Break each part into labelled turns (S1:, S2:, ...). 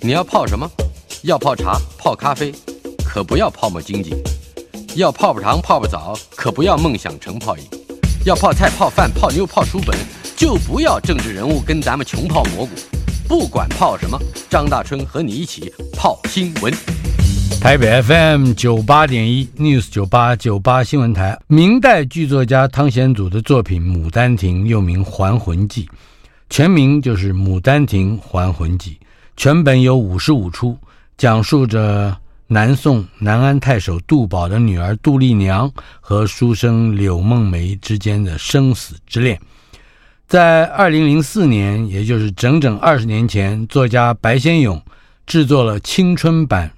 S1: 你要泡什么？要泡茶、泡咖啡，可不要泡沫经济；要泡泡糖、泡泡澡，可不要梦想成泡影；要泡菜、泡饭、泡妞、泡书本，就不要政治人物跟咱们穷泡蘑菇。不管泡什么，张大春和你一起泡新闻。
S2: 台北 FM 九八点一 News 九八九八新闻台，明代剧作家汤显祖的作品《牡丹亭》，又名《还魂记》，全名就是《牡丹亭还魂记》。全本有五十五出，讲述着南宋南安太守杜宝的女儿杜丽娘和书生柳梦梅之间的生死之恋。在二零零四年，也就是整整二十年前，作家白先勇制作了青春版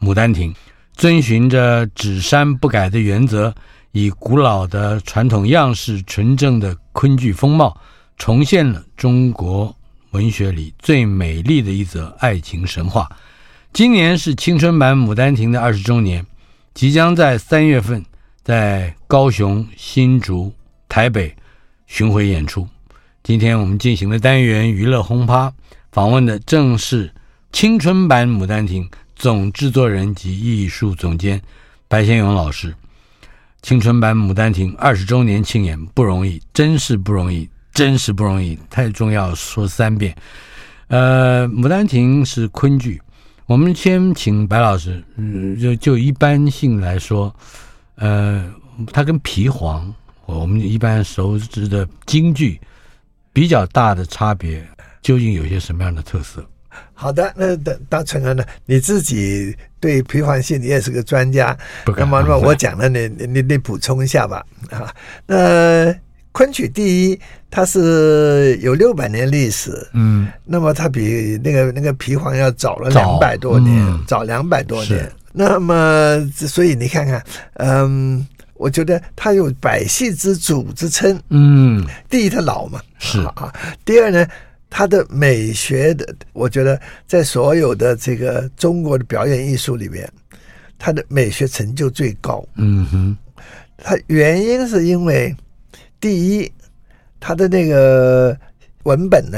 S2: 《牡丹亭》，遵循着只删不改的原则，以古老的传统样式、纯正的昆剧风貌，重现了中国文学里最美丽的一则爱情神话。今年是青春版《牡丹亭》的二十周年，即将在三月份在高雄、新竹、台北巡回演出。今天我们进行的单元娱乐轰趴，访问的正是青春版《牡丹亭》总制作人及艺术总监白先勇老师。青春版《牡丹亭》二十周年庆演不容易，真是不容易，真是不容易，太重要，说三遍。呃，《牡丹亭》是昆剧，我们先请白老师，嗯就就一般性来说，呃，它跟皮黄，我们一般熟知的京剧比较大的差别，究竟有些什么样的特色？
S3: 好的，那当当成了呢，你自己对皮环戏你也是个专家，
S2: 不敢
S3: 那么那么
S2: 不敢
S3: 我讲了，你你你你补充一下吧啊。那昆曲第一，它是有六百年历史，
S2: 嗯，
S3: 那么它比那个那个皮黄要早了
S2: 早
S3: 两百多年，
S2: 嗯
S3: 早两百多年
S2: 是。
S3: 那么，所以你看看，嗯，我觉得它有百戏之祖之称。
S2: 嗯，
S3: 第一，它老嘛，
S2: 是
S3: 啊；第二呢，它的美学的，我觉得在所有的这个中国的表演艺术里边，它的美学成就最高。
S2: 嗯哼，
S3: 它原因是因为，第一，它的那个文本呢，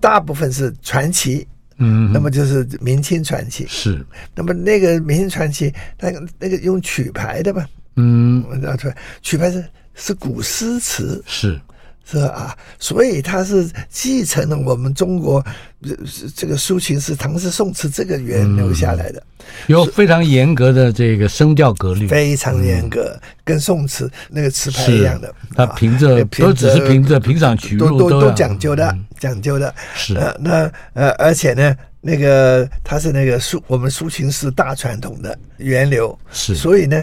S3: 大部分是传奇，
S2: 嗯哼，
S3: 那么就是明清传奇。
S2: 是，
S3: 那么那个明清传奇，那个那个用曲牌的吧，
S2: 嗯，
S3: 我拿出来，曲牌是是古诗词，
S2: 是，
S3: 是吧啊，所以它是继承了我们中国呃这个抒情诗、唐诗、宋词这个
S2: 嗯
S3: 源流下来的，
S2: 有非常严格的这个声调格律，
S3: 非常严格，跟宋词那个词牌
S2: 嗯是
S3: 一样的。
S2: 它
S3: 啊
S2: 平仄
S3: 那
S2: 都只是
S3: 仄
S2: 平仄，平赏取
S3: 都
S2: 入要嗯
S3: 都都讲究的，讲究的。
S2: 是
S3: 呃，那呃，而且呢，那个它是那个抒我们抒情诗大传统的源流，
S2: 是
S3: 所以呢，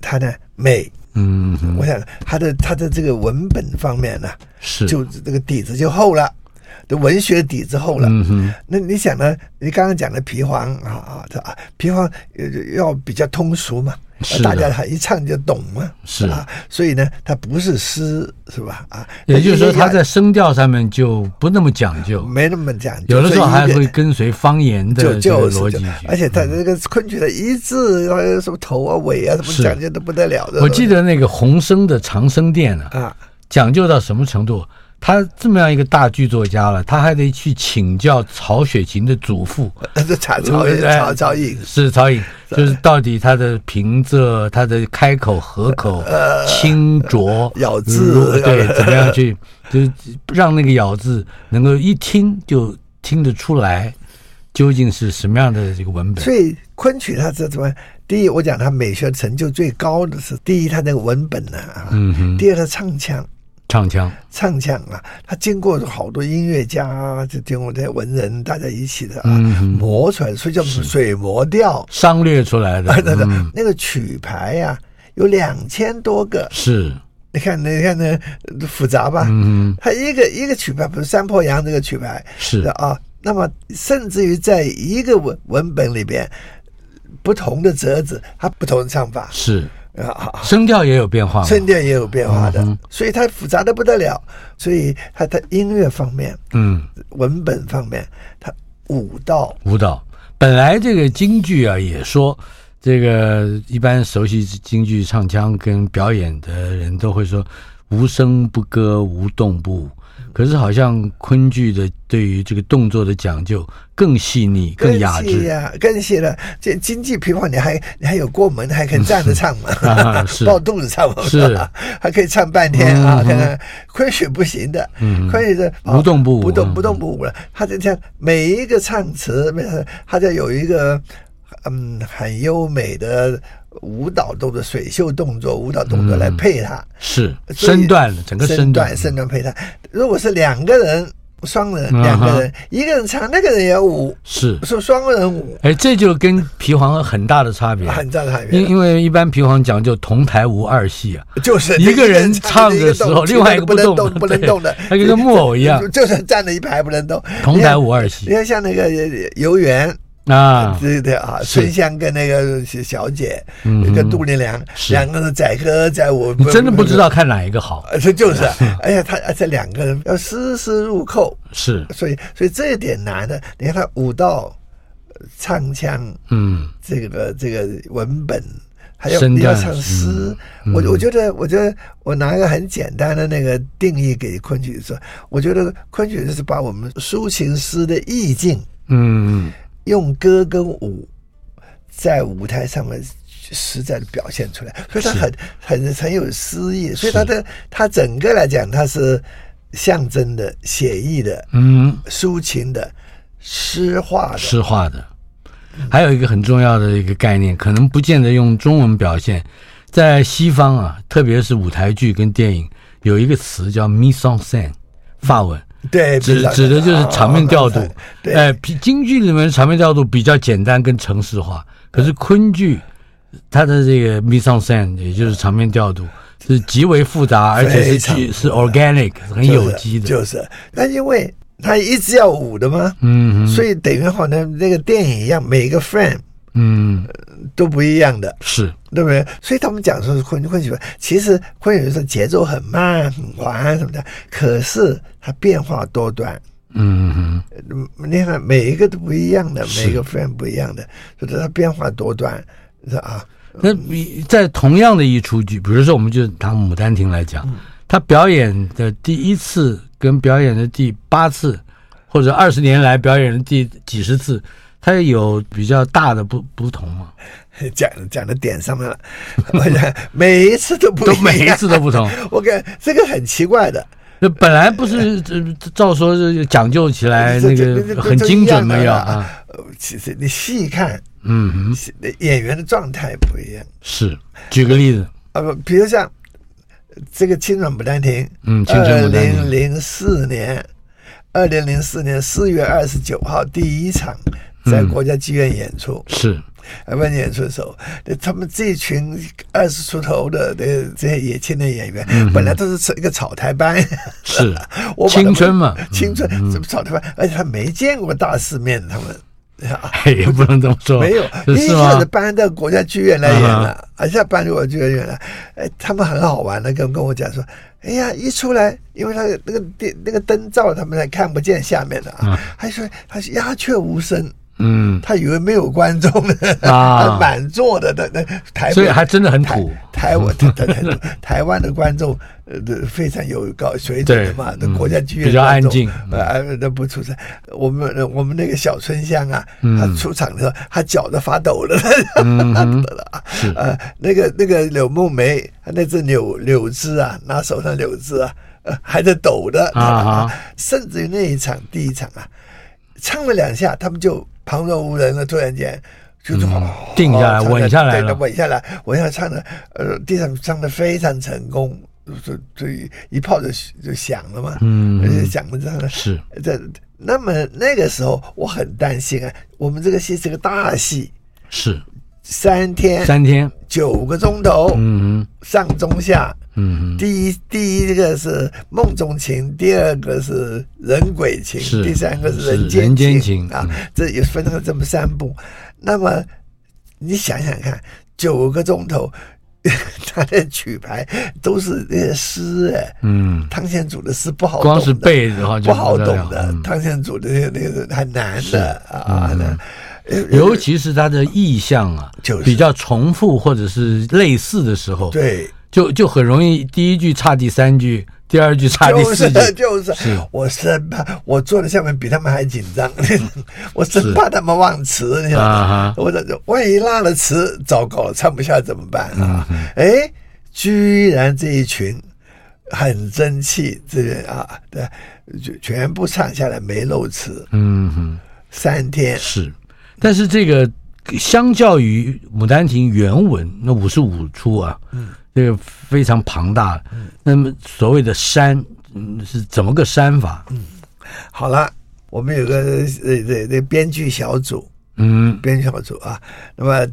S3: 它呢美，
S2: 嗯哼，
S3: 我想它的它的这个文本方面呢，
S2: 是
S3: 就这个底子就厚了，的文学底子厚了。
S2: 嗯哼，
S3: 那你想呢？你刚刚讲的皮黄啊啊，这啊皮黄呃要比较通俗嘛，
S2: 是的
S3: 大家还一唱就懂嘛，
S2: 是
S3: 啊，所以呢，它不是诗是吧？啊，
S2: 也就是说
S3: 因为要
S2: 它在声调上面就不那么讲究，
S3: 没那么讲究，
S2: 有的时候还
S3: 所以
S2: 会
S3: 一点
S2: 跟随方言
S3: 就
S2: 的这
S3: 就
S2: 个
S3: 是
S2: 逻辑
S3: 就
S2: 去嗯
S3: 而且它这个昆曲的一字呃什么头啊尾啊什
S2: 是
S3: 么讲究的不得了的。
S2: 我记得那个洪生的《长生殿》啊，
S3: 啊，
S2: 讲究到什么程度？他这么样一个大剧作家了，他还得去请教曹雪芹的祖父，
S3: 这曹曹
S2: 哎
S3: 曹曹颖
S2: 是曹颖，就是到底他的平仄、他的开口、合口、清浊、
S3: 呃咬字
S2: 如 对，怎么样去，就是让那个咬字能够一听就听得出来，究竟是什么样的这个文本？
S3: 所以昆曲它是怎么？第一，我讲它美学成就最高的是第一，它那个文本呢啊，
S2: 嗯哼，
S3: 第二，它唱腔。
S2: 唱 腔
S3: 唱腔啊，它经过好多音乐家，就经过这些文人大家一起的啊，
S2: 嗯哼
S3: 磨出来，所以叫水磨调。
S2: 商略出来的，
S3: 啊，那个
S2: 嗯
S3: 那个曲牌呀、有两千多个，
S2: 是，
S3: 你看，你看呢，呃复杂吧？
S2: 嗯
S3: 它一个一个曲牌，比如《山坡羊》这个曲牌
S2: 哼，是
S3: 啊，那么甚至于在一个文文本里边，不同的折子，它不同的唱法
S2: 是，
S3: 啊啊，
S2: 声调也有变化吗，
S3: 声调也有变化的，
S2: 嗯
S3: 所以它复杂的不得了。所以它的音乐方面、
S2: 嗯。
S3: 文本方面，它舞蹈
S2: 舞蹈。本来这个京剧啊，也说这个一般熟悉京剧唱腔跟表演的人都会说，无声不歌，无动不舞。可是好像昆剧的对于这个动作的讲究更细腻、更雅
S3: 更细
S2: 致。，
S3: 呀、更细了。这经济平缓，你还你还有过门，还可以站着唱嘛
S2: 啊是
S3: 抱肚子唱嘛，
S2: 是嗯
S3: 吧 还可以唱半天啊。看看昆曲不行的，昆曲的哦
S2: 不嗯动不舞
S3: 不
S2: 嗯
S3: 动不动不舞了。他就这样，每一个唱词，每他就有一个嗯很优美的舞蹈动作、水袖动作、舞蹈动作来配它。
S2: 是
S3: 所以
S2: 身段嗯了，整个身
S3: 身
S2: 段
S3: 段身段配它。如果是两个人。双人，两
S2: 嗯哼
S3: 个人，一个人唱，那个人也要舞，
S2: 是。
S3: 说双人舞，
S2: 哎，这就跟皮黄有很大的差别。
S3: 很震撼。
S2: 因因为一般皮黄讲究同台无二戏啊，
S3: 就是
S2: 一个人
S3: 唱
S2: 唱的时候，另外一个
S3: 不能
S2: 动
S3: 动，，不能动的
S2: 对，他就跟木偶一样
S3: 就，就是站了一排不能动。
S2: 同台无二
S3: 你
S2: 戏
S3: 看像那个游园，
S2: 啊。
S3: 对对啊，
S2: 是
S3: 春香跟那个小姐
S2: 嗯哼，
S3: 跟杜丽娘
S2: 是
S3: 两个人载歌载舞，
S2: 你真的不知道看哪一个好，
S3: 呃。这 就是，哎呀，他这两个人要丝丝入扣，
S2: 是，
S3: 所以所以这一点难的。你看他舞蹈、呃唱腔，
S2: 嗯，
S3: 这个这个文本，还有
S2: 声
S3: 你要
S2: 带
S3: 唱
S2: 嗯
S3: 诗，我我觉得我觉得我拿一个很简单的那个定义给昆曲说，我觉得昆曲就是把我们抒情诗的意境
S2: 嗯，
S3: 用歌跟舞在舞台上面。实在的表现出来，所以它
S2: 是
S3: 很很很有诗意，所
S2: 是
S3: 以它的它整个来讲，它是象征的、写意的、
S2: 嗯，
S3: 抒情的、诗化的，
S2: 诗化的。还有一个很重要的一个概念，可能不见得用中文表现，在西方啊，特别是舞台剧跟电影，有一个词叫 mise en scène，法文，
S3: 对，
S2: 指
S3: 比较
S2: 指的就是场面调度
S3: 啊。对，
S2: 哎，比京剧里面的场面调度比较简单跟程式化，可是昆剧它的这个 mise en scène，也就是场面调度，是极为复杂，而且
S3: 非
S2: 是
S3: 常
S2: 具
S3: 复
S2: 是
S3: 杂
S2: organic，很
S3: 就是
S2: 有机的。
S3: 就是。那因为他一直要舞的嘛，
S2: 嗯哼
S3: 所以等于好像那个电影一样，每个 frame
S2: 嗯，
S3: 都不一样的，
S2: 是
S3: 对不对？所以他们讲说是昆昆曲，其实昆曲是节奏很慢、很缓什么的，可是它变化多端。
S2: 嗯哼
S3: 嗯你看每一个都不一样的，
S2: 是
S3: 每个 frame 不一样的，所以它变化多端，是啊。
S2: 那你在同样的一出剧，比如说我们就拿《牡丹亭》来讲，
S3: 嗯
S2: 他表演的第一次跟表演的第八次，或者二十年来表演的第几十次，它有比较大的不不同吗？
S3: 讲讲的点上面了， 我讲每一 次都不
S2: 都
S3: 一样，
S2: 每一次都不同。
S3: 我感这个很奇怪的，
S2: 那本来不是这这照说是讲究起来
S3: 这
S2: 那
S3: 这
S2: 个
S3: 这
S2: 很
S3: 这
S2: 精准
S3: 这
S2: 的
S3: 一
S2: 要
S3: 样的
S2: 啊，
S3: 呃，其实你细看，
S2: 嗯，嗯
S3: 是演员的状态不一样
S2: 是。举个例子，
S3: 啊，不，比如像呃这个《青春牡丹亭》，
S2: 嗯青春
S3: 二
S2: 牡丹亭
S3: 零零四年，二零零四年四月二十九号第一场
S2: 嗯
S3: 在国家剧院演出，
S2: 是
S3: 台湾演出的时候，那他们这群二十出头的这这些也青年演员，
S2: 嗯
S3: 本来都是一个草台班，
S2: 是
S3: 我把他
S2: 青
S3: 们
S2: 春嗯嘛，
S3: 青春怎么草台班，而且他没见过大世面，他们。 啊
S2: 也不能这么说，
S3: 没有，一
S2: 哦是
S3: 下
S2: 吗
S3: 子？搬到国家剧院来演
S2: 啊
S3: 了，一下搬到国家剧院来，哎，他们很好玩的，跟跟我讲说，哎呀，一出来，因为那个那个电那个灯照，他们才看不见下面的啊，他说他是鸦雀无声，
S2: 嗯，
S3: 他以为没有观众呢，
S2: 啊
S3: 满座的，那那台北
S2: 所以还真的很土。
S3: 台 湾台台台台湾的观众呃非常有高水准的嘛，
S2: 对嗯
S3: 那国家剧院
S2: 比较
S3: 观众
S2: 安静嗯
S3: 呃，那不出声。我们呃我们那个小春香啊，
S2: 嗯
S3: 他出场的时候，他脚都发抖了，
S2: 嗯哼，
S3: 呃，那个那个柳梦梅那只柳柳枝啊，拿手上柳枝啊，呃还在抖的
S2: 啊啊，
S3: 甚至于那一场第一场啊，唱了两下，他们就旁若无人了，突然间。就是、哦
S2: 嗯定下来
S3: 唱得
S2: 稳下来
S3: 对
S2: 了
S3: 稳下来，稳下来唱的，呃，第一场唱的非常成功，就就一炮就就响了嘛，
S2: 嗯
S3: 而 且响了之后呢，
S2: 是
S3: 这那么那个时候我很担心啊，我们这个戏是个大戏，
S2: 是
S3: 三天
S2: 三天，
S3: 九个钟头，
S2: 嗯
S3: 上中下。
S2: 哼，嗯
S3: 第一，第一个是梦中情，第二个是人鬼情
S2: 是，
S3: 第三个
S2: 是
S3: 是人
S2: 人
S3: 间
S2: 间情嗯
S3: 情啊，这也分成了这么三部。那么你想想看，九个钟头， 他的曲牌都是那些诗哎，
S2: 嗯，
S3: 汤显祖的诗不好懂的，
S2: 光是背的话就
S3: 不好
S2: 得了
S3: 懂的
S2: 嗯，
S3: 汤显祖的那个那个很难的啊，很难呃
S2: 尤其是他的意象啊
S3: 就，是
S2: 比较重复或者是类似的时候，
S3: 对。
S2: 就就很容易第一句差第三句，第二句差第
S3: 就
S2: 四
S3: 是
S2: 句。
S3: 就是，我生怕我坐在下面比他们还紧张，我生怕他们忘词，你知 道
S2: 啊哈
S3: 吗？我这万一落了词，糟糕了，唱不下怎么办啊？
S2: 嗯
S3: 哎，居然这一群很争气，这个啊，对，就全部唱下来没漏词，
S2: 嗯哼，
S3: 三天
S2: 是。但是这个相较于《牡丹亭》原文那五十五出啊，
S3: 嗯
S2: 这个非常庞大。那么所谓的删，嗯，是怎么个删法？
S3: 嗯好了。我们有个呃这这编剧小组，
S2: 嗯
S3: 编剧小组啊，那么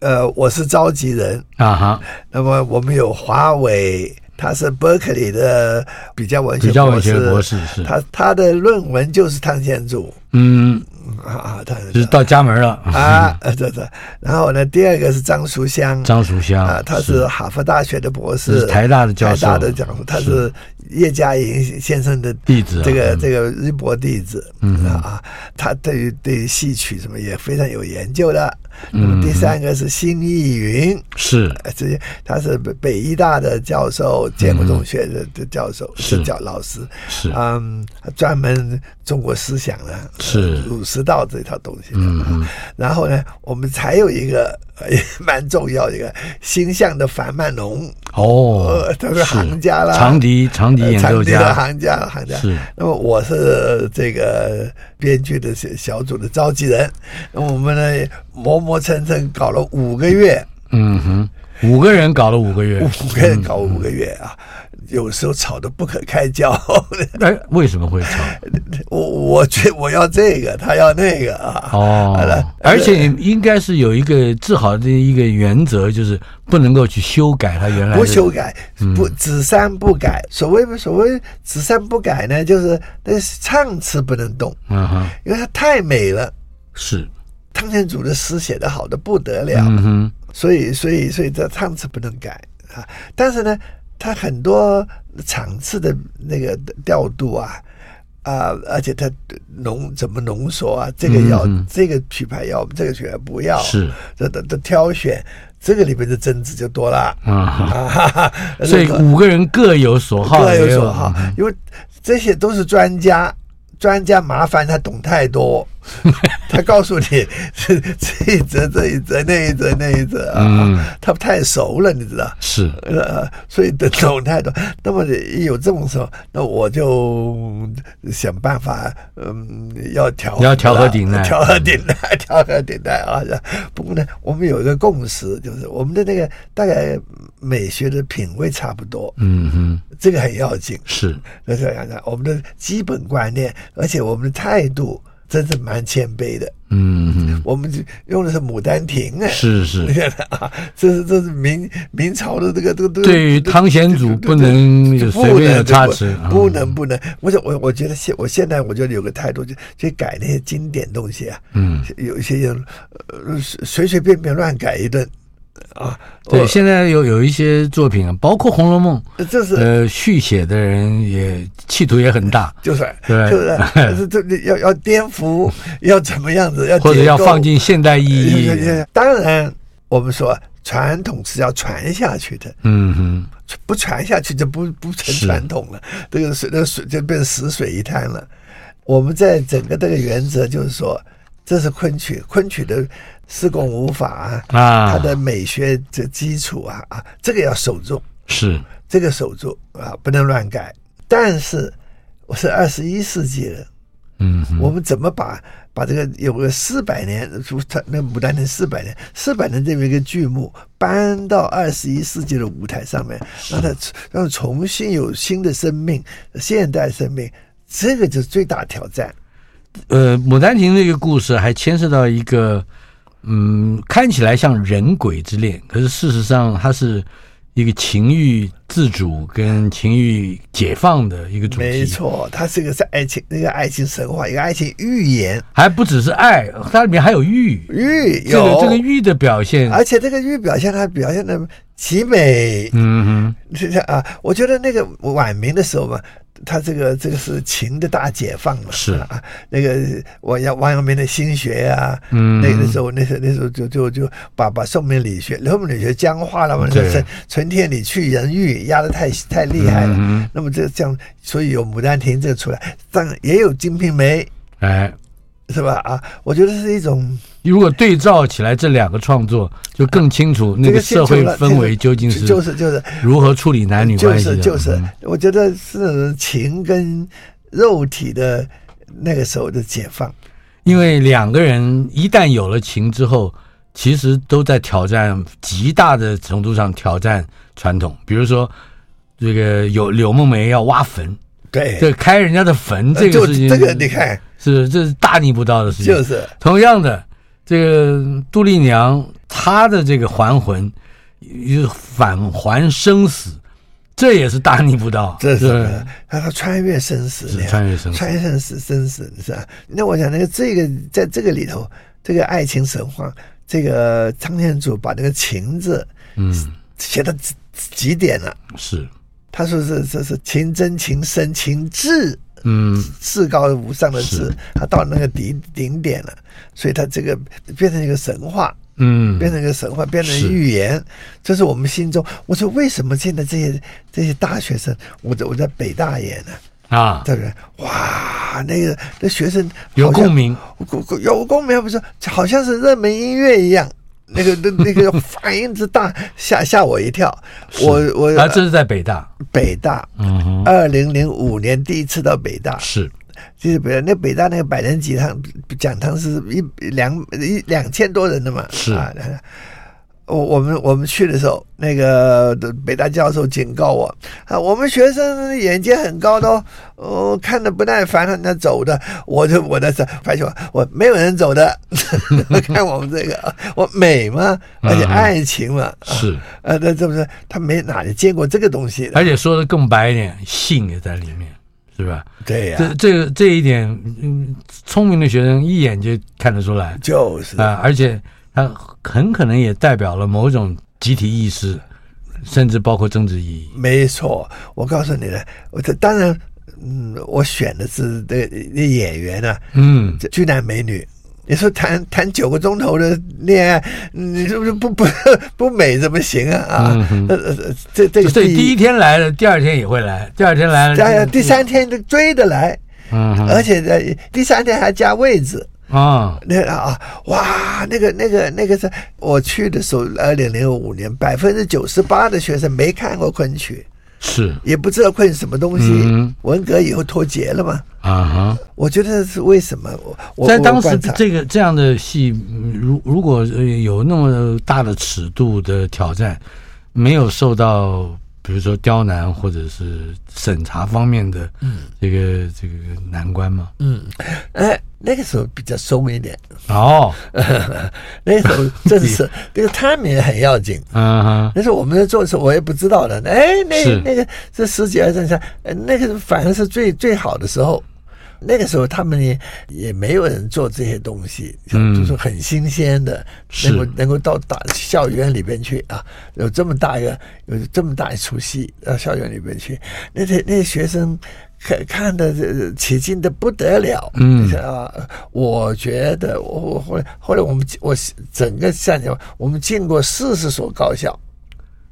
S3: 呃我是召集人，
S2: 啊哈，
S3: 那么我们有华为，他是伯克利的比较文学
S2: 比较文学博
S3: 博
S2: 士是
S3: 他他的论文就是汤显祖
S2: 嗯，
S3: 嗯啊啊，他
S2: 就是到家门了。
S3: 啊，呃对对。然后呢，第二个是张淑香，
S2: 张淑香
S3: 啊，他是哈佛大学的博
S2: 是
S3: 士，
S2: 台大的教授
S3: 台大的教授，他是叶嘉莹先生的
S2: 弟子啊
S3: 这个
S2: 嗯
S3: 这个日薄弟子，嗯啊，他对于对于戏曲什么也非常有研究的。那
S2: 嗯
S3: 么第三个是辛逸云，
S2: 是
S3: 呃这些他是北北医大的教授，建国中学的的教授，
S2: 嗯是
S3: 教老师，
S2: 是
S3: 嗯，专门中国思想啊，
S2: 是
S3: 儒释道这套东西的。嗯、然后呢，我们才有一个呃也蛮重要的一个星象的樊曼农，
S2: 哦
S3: 呃，他是行家啦
S2: 长笛长笛
S3: 呃
S2: 演
S3: 长
S2: 奏
S3: 笛的
S2: 家，
S3: 行家，行家。
S2: 是
S3: 那么我是这个编剧的小小组的召集人，那么我们呢磨磨蹭蹭搞了五个月。
S2: 嗯哼，五个人搞了五个月，
S3: 五个人搞五个月啊，有时候吵得不可开交。
S2: 哎，为什么会吵？
S3: 我我觉我要这个，他要那个啊。
S2: 哦
S3: 好了，
S2: 而且应该是有一个治好的一个原则，就是不能够去修改它原来的。
S3: 不修改，不只删不改。所谓所谓只删不改呢，就是那唱词不能动，
S2: 嗯哼，
S3: 因为它太美了。
S2: 是，
S3: 汤显祖的诗写得好的不得了，
S2: 嗯哼，
S3: 所以所以所以这唱词不能改啊。但是呢，他很多场次的那个调度啊。啊、而且他浓怎么浓缩啊？这个要、
S2: 嗯嗯
S3: 这个曲牌要，这个曲牌不要，
S2: 是
S3: 这这这挑选，这个里面的争执就多了、
S2: 嗯哼，
S3: 啊哈哈。
S2: 所以
S3: 这个
S2: 五个人各有嗯所好，
S3: 各有
S2: 也
S3: 所好，因为这些都是专家，专家麻烦他懂 太多，他告诉你 这这一则这一则那一则那一则
S2: 嗯
S3: 啊，他太熟了，你知道。
S2: 是，
S3: 呃，所以懂太多。那么一有这种时候，那我就想办法，嗯，要调
S2: 要调和
S3: 了
S2: 顶戴
S3: 调和顶戴，调和顶戴啊。不过呢，我们有一个共识，就是我们的那个大概美学的品味差不多，
S2: 嗯哼，
S3: 这个很要紧。
S2: 是，
S3: 那这样的，我们的基本观念，而且我们的态度，真是蛮谦卑的。
S2: 嗯哼，
S3: 我们就用的是《牡丹亭》哎，
S2: 是是
S3: 你。看啊， 这是这是明明朝的这个这个这个。
S2: 对于汤显祖不能有
S3: 这个
S2: 随便有差池，
S3: 不
S2: 嗯
S3: 能不能。我想我我觉得现我现在我觉得有个态度，就就改那些经典东西啊，
S2: 嗯，
S3: 有一些人呃随随便便乱改一顿啊，
S2: 对，
S3: 我
S2: 现在有有一些作品啊，包括《红楼梦》，
S3: 哦这是
S2: 呃，续写的人也企图也很大，
S3: 就是
S2: 对
S3: 就是就是这这要要颠覆，要怎么样子，要
S2: 或者
S3: 解
S2: 要
S3: 构
S2: 放进现代意义。
S3: 当然，我们说传统是要传下去的，
S2: 嗯哼，
S3: 不传下去就不不成
S2: 是
S3: 传统了，这个水这个水就变死水一滩了。我们在整个这个原则就是说，这是昆曲，昆曲的四共五法啊，
S2: 啊
S3: 它的美学这基础啊啊，这个要守住，
S2: 是，
S3: 这个守住啊，不能乱改。但是我是二十一世纪人，
S2: 嗯哼，
S3: 我们怎么把把这个有个四百年，不是它那牡丹亭四百年，四百年这么一个剧目搬到二十一世纪的舞台上面，让它让它重新有新的生命，现代生命，这个就是最大挑战。
S2: 呃，《牡丹亭》这个故事还牵涉到一个，嗯，看起来像人鬼之恋，可是事实上它是一个情欲自主跟情欲解放的一个主题，
S3: 没错，它这个是爱情，那个爱情神话，一个爱情寓言，
S2: 还不只是爱，它里面还有欲，
S3: 寓
S2: 这个
S3: 有
S2: 这个欲的表现，
S3: 而且这个寓表现它表现的极美，
S2: 嗯哼，
S3: 是这样啊，我觉得那个晚明的时候嘛，他这个这个是情的大解放嘛，
S2: 是
S3: 啊，那个王阳王阳明的心学呀、
S2: 嗯
S3: 那个时候那时候那时候就就就把把宋明理学、宋明理学僵化了嘛，
S2: 对
S3: 存存天理去人欲压得太太厉害了，
S2: 嗯
S3: 那么这这样，所以有《牡丹亭》这个出来，但也有《金瓶梅
S2: 哎，》
S3: 是吧？啊，我觉得是一种
S2: 如果对照起来这两个创作，就更清楚那
S3: 这
S2: 个
S3: 个
S2: 社会氛围究竟
S3: 就是是就是
S2: 如何处理男女
S3: 就
S2: 关系的。
S3: 是就是
S2: 嗯，
S3: 我觉得是情跟肉体的那个时候的解放。
S2: 因为两个人一旦有了情之后，其实都在挑战极大的程度上挑战传统，比如说。这个有柳梦梅要挖坟，
S3: 对，
S2: 这开人家的坟这个
S3: 呃就
S2: 事情，嗯
S3: 这个你看，
S2: 是这是大逆不道的事情。
S3: 就是
S2: 同样的，这个杜丽娘她的这个还魂，与返还生死，这也是大逆不道，
S3: 这是
S2: 对
S3: 他说穿越生死
S2: 是
S3: 恋，
S2: 穿越生死
S3: 穿越生死生死是吧？那我想那个这个在这个里头，这个爱情神话，这个苍天主把那个情字
S2: 嗯，
S3: 写到极极点了。
S2: 是，
S3: 他说是这是情真情深情至
S2: 嗯，
S3: 至高无上的至
S2: 是，
S3: 他到那个顶顶点了，所以他这个变成一个神话，
S2: 嗯，
S3: 变成一个神话，变成
S2: 是
S3: 预言，这是我们心中。我说为什么现在这些这些大学生，我在我在北大演呢、
S2: 啊，
S3: 对不对？哇，那个那学生
S2: 有
S3: 好像
S2: 共，鸣，
S3: 有有共鸣，不是好像是热门音乐一样。那个那那个反应之大，吓吓我一跳。我我
S2: 啊，这是在北大，
S3: 北大，
S2: 嗯哼，
S3: 二零零五年第一次到北大，
S2: 是，
S3: 就是北大那北大那个百人集堂讲堂是一两一两千多人的嘛，
S2: 是
S3: 啊。我我们我们去的时候，那个北大教授警告我啊，我们学生眼界很高的哦，呃，看的不耐烦了，那走的，我就我的发现我没有人走的， 看我们这个，我美嘛，而且
S2: 嗯
S3: 爱情嘛，
S2: 是，哎
S3: 呃，那这不是他没哪里见过这个东西的，
S2: 而且说的更白一点，性也在里面，是吧？
S3: 对呀、
S2: 这这个这一点，嗯，聪明的学生一眼就看得出来，
S3: 就是
S2: 啊、而且它很可能也代表了某种集体意识，甚至包括政治意义。
S3: 没错，我告诉你了，我这当然，嗯，我选的是这个那演员呢、
S2: 嗯，
S3: 这俊男美女。你说谈谈九个钟头的恋爱，你是不是不不不美怎么行啊？啊，
S2: 嗯
S3: 呃呃呃这这个
S2: 所以第一
S3: 一，
S2: 天来了，第二天也会来，第二天来了，
S3: 哎呀第，三天就追得来，
S2: 嗯哼
S3: 而且呢，第三天还加位置。
S2: 啊，
S3: 那个啊，哇，那个那个那个是，我去的时候，二零零五年，百分之九十八的学生没看过昆曲，
S2: 是
S3: 也不知道昆曲什么东西。
S2: 嗯
S3: 文革以后脱节了嘛，
S2: 啊
S3: 我觉得是为什么？我
S2: 哈，
S3: 我
S2: 在当
S3: 我
S2: 时
S3: 观察
S2: 这个这样的戏，嗯如如果呃有那么大的尺度的挑战，没有受到。比如说刁难或者是审查方面的
S3: 嗯
S2: 这个这个难关吗？
S3: 哎，那个时候比较松一点，
S2: 哦，
S3: 那个时候正 是那个 timing 也很要紧。
S2: 嗯哼，
S3: 那时候我们在做的时候，我也不知道的。哎，那
S2: 是
S3: 那个这十几二十三，呃那个反而是最最好的时候。那个时候他们也也没有人做这些东西，
S2: 嗯
S3: 就是很新鲜的，
S2: 是
S3: 能够能够到大校园里边去啊，有这么大一个有这么大一出戏到校园里边去，那些那些学生看看的起劲的不得了，
S2: 嗯
S3: 啊，我觉得我我后来后来我们我整个下来我们进过四十所高校，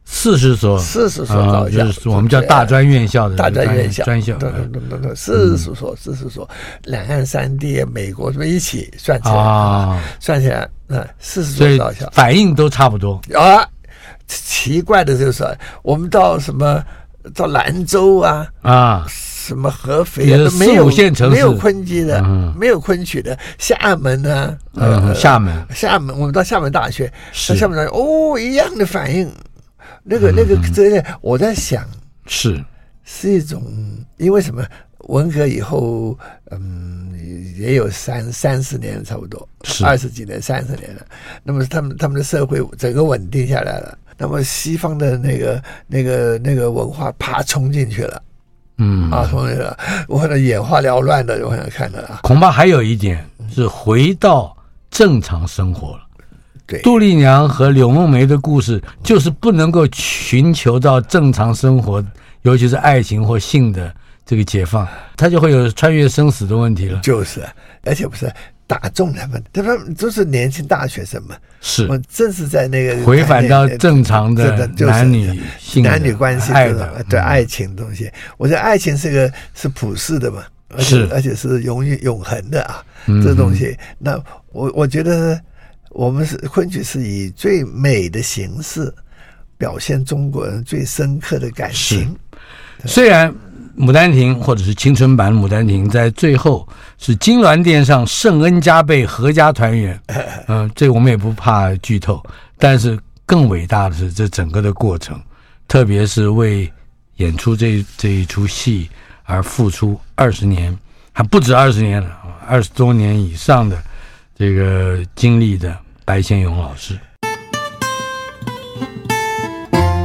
S2: 四十所，
S3: 四十所
S2: 啊
S3: 高校，
S2: 就是我们叫大专院校的
S3: 大专院校，
S2: 专校啊嗯
S3: 对对对对对，四十所，四十所，两岸三地、美国这么一起算起来，
S2: 啊，
S3: 算起来，嗯，四十
S2: 所
S3: 所
S2: 以
S3: 高校
S2: 反应都差不多。
S3: 啊。奇怪的就是，我们到什么到兰州啊，
S2: 啊，
S3: 什么合肥啊，
S2: 也是
S3: 都没
S2: 四五
S3: 有
S2: 线城市
S3: 没有昆剧的
S2: 嗯，
S3: 没有昆曲的，厦门啊，
S2: 嗯，
S3: 呃
S2: 厦门
S3: 厦门，我们到厦门大学，
S2: 是嗯
S3: 到厦门大学哦，一样的反应。那个那个，真的，我在想，
S2: 是
S3: 是一种，因为什么？文革以后，嗯，也有三三十年差不多，
S2: 是
S3: 二十几年、三十年了。那么他们他们的社会整个稳定下来了，那么西方的那个那个那个文化啪冲进去了
S2: 嗯，
S3: 啊，冲进去了，我看到眼花缭乱的，我想看到啊，
S2: 恐怕还有一点是回到正常生活了。
S3: 对
S2: 杜丽娘和柳梦梅的故事就是不能够寻求到正常生活，尤其是爱情或性的这个解放，他就会有穿越生死的问题了。
S3: 就是，而且不是打中他们，他们都是年轻大学生嘛，
S2: 是
S3: 我正是在那个
S2: 回 返到正常的
S3: 真的就是
S2: 男女性的
S3: 男女关系
S2: 爱
S3: 这
S2: 的
S3: 种对
S2: 嗯
S3: 爱情的东西，我觉得爱情是个是普世的嘛，而且
S2: 是嗯
S3: 而且是永远永恒的啊，这东西。那我我觉得我们是昆曲是以最美的形式表现中国人最深刻的感情，
S2: 虽然《牡丹亭》或者是青春版《牡丹亭》在最后是金銮殿上圣恩加倍，阖家团圆，嗯、这我们也不怕剧透。但是更伟大的是这整个的过程，特别是为演出这这一出戏而付出二十年，还不止二十年了，二十多年以上的这个经历的白先勇老师。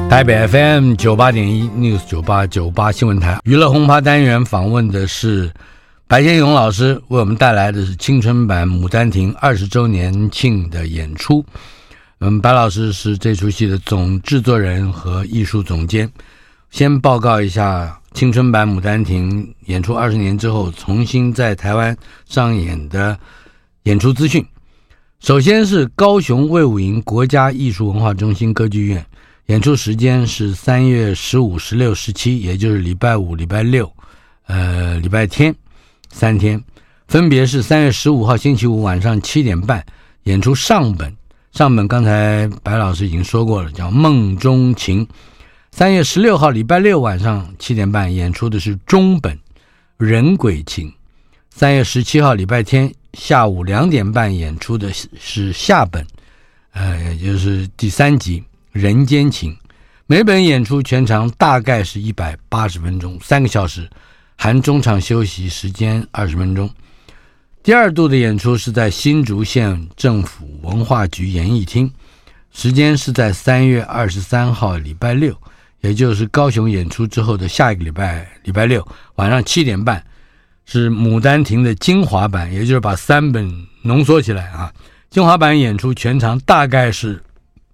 S2: 台北 FM 九八点一 News 九八九八新闻台娱乐轰趴单元访问的是白先勇老师，为我们带来的是青春版《牡丹亭》二十周年庆的演出。嗯，白老师是这出戏的总制作人和艺术总监。先报告一下，青春版《牡丹亭》演出二十年之后，重新在台湾上演的演出资讯。首先是高雄卫武营国家艺术文化中心歌剧院，演出时间是三月十五、十六、十七，也就是礼拜五、礼拜六，呃，礼拜天三天，分别是三月十五号星期五晚上七点半演出上本，上本刚才白老师已经说过了，叫《梦中情》。三月十六号礼拜六晚上七点半演出的是中本《人鬼情》。三月十七号礼拜天下午两点半演出的是是下本，呃，也就是第三集《人间情》。每本演出全长大概是一百八十分钟，三个小时，含中场休息时间二十分钟。第二度的演出是在新竹县政府文化局演艺厅，时间是在三月二十三号礼拜六，也就是高雄演出之后的下一个礼拜礼拜六晚上七点半，是《牡丹亭》的精华版，也就是把三本浓缩起来啊。精华版演出全长大概是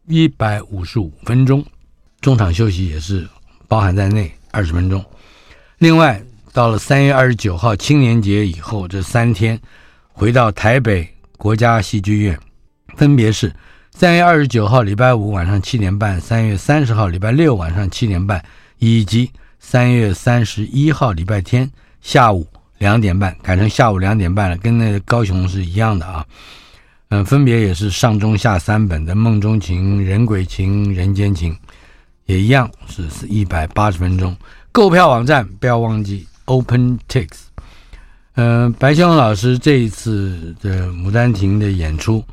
S2: 一百五十五分钟，中场休息也是包含在内二十分钟。另外，到了三月二十九号青年节以后这三天，回到台北国家戏剧院，分别是三月二十九号礼拜五晚上七点半，三月三十号礼拜六晚上七点半，以及三月三十一号礼拜天下午两点半，改成下午两点半了，跟那个高雄是一样的啊。嗯，分别也是上中下三本的《梦中情》《人鬼情》《人间情》，也一样是是一百八十分钟。购票网站不要忘记 OpenTix。嗯、白先勇老师这一次的《牡丹亭》的演出，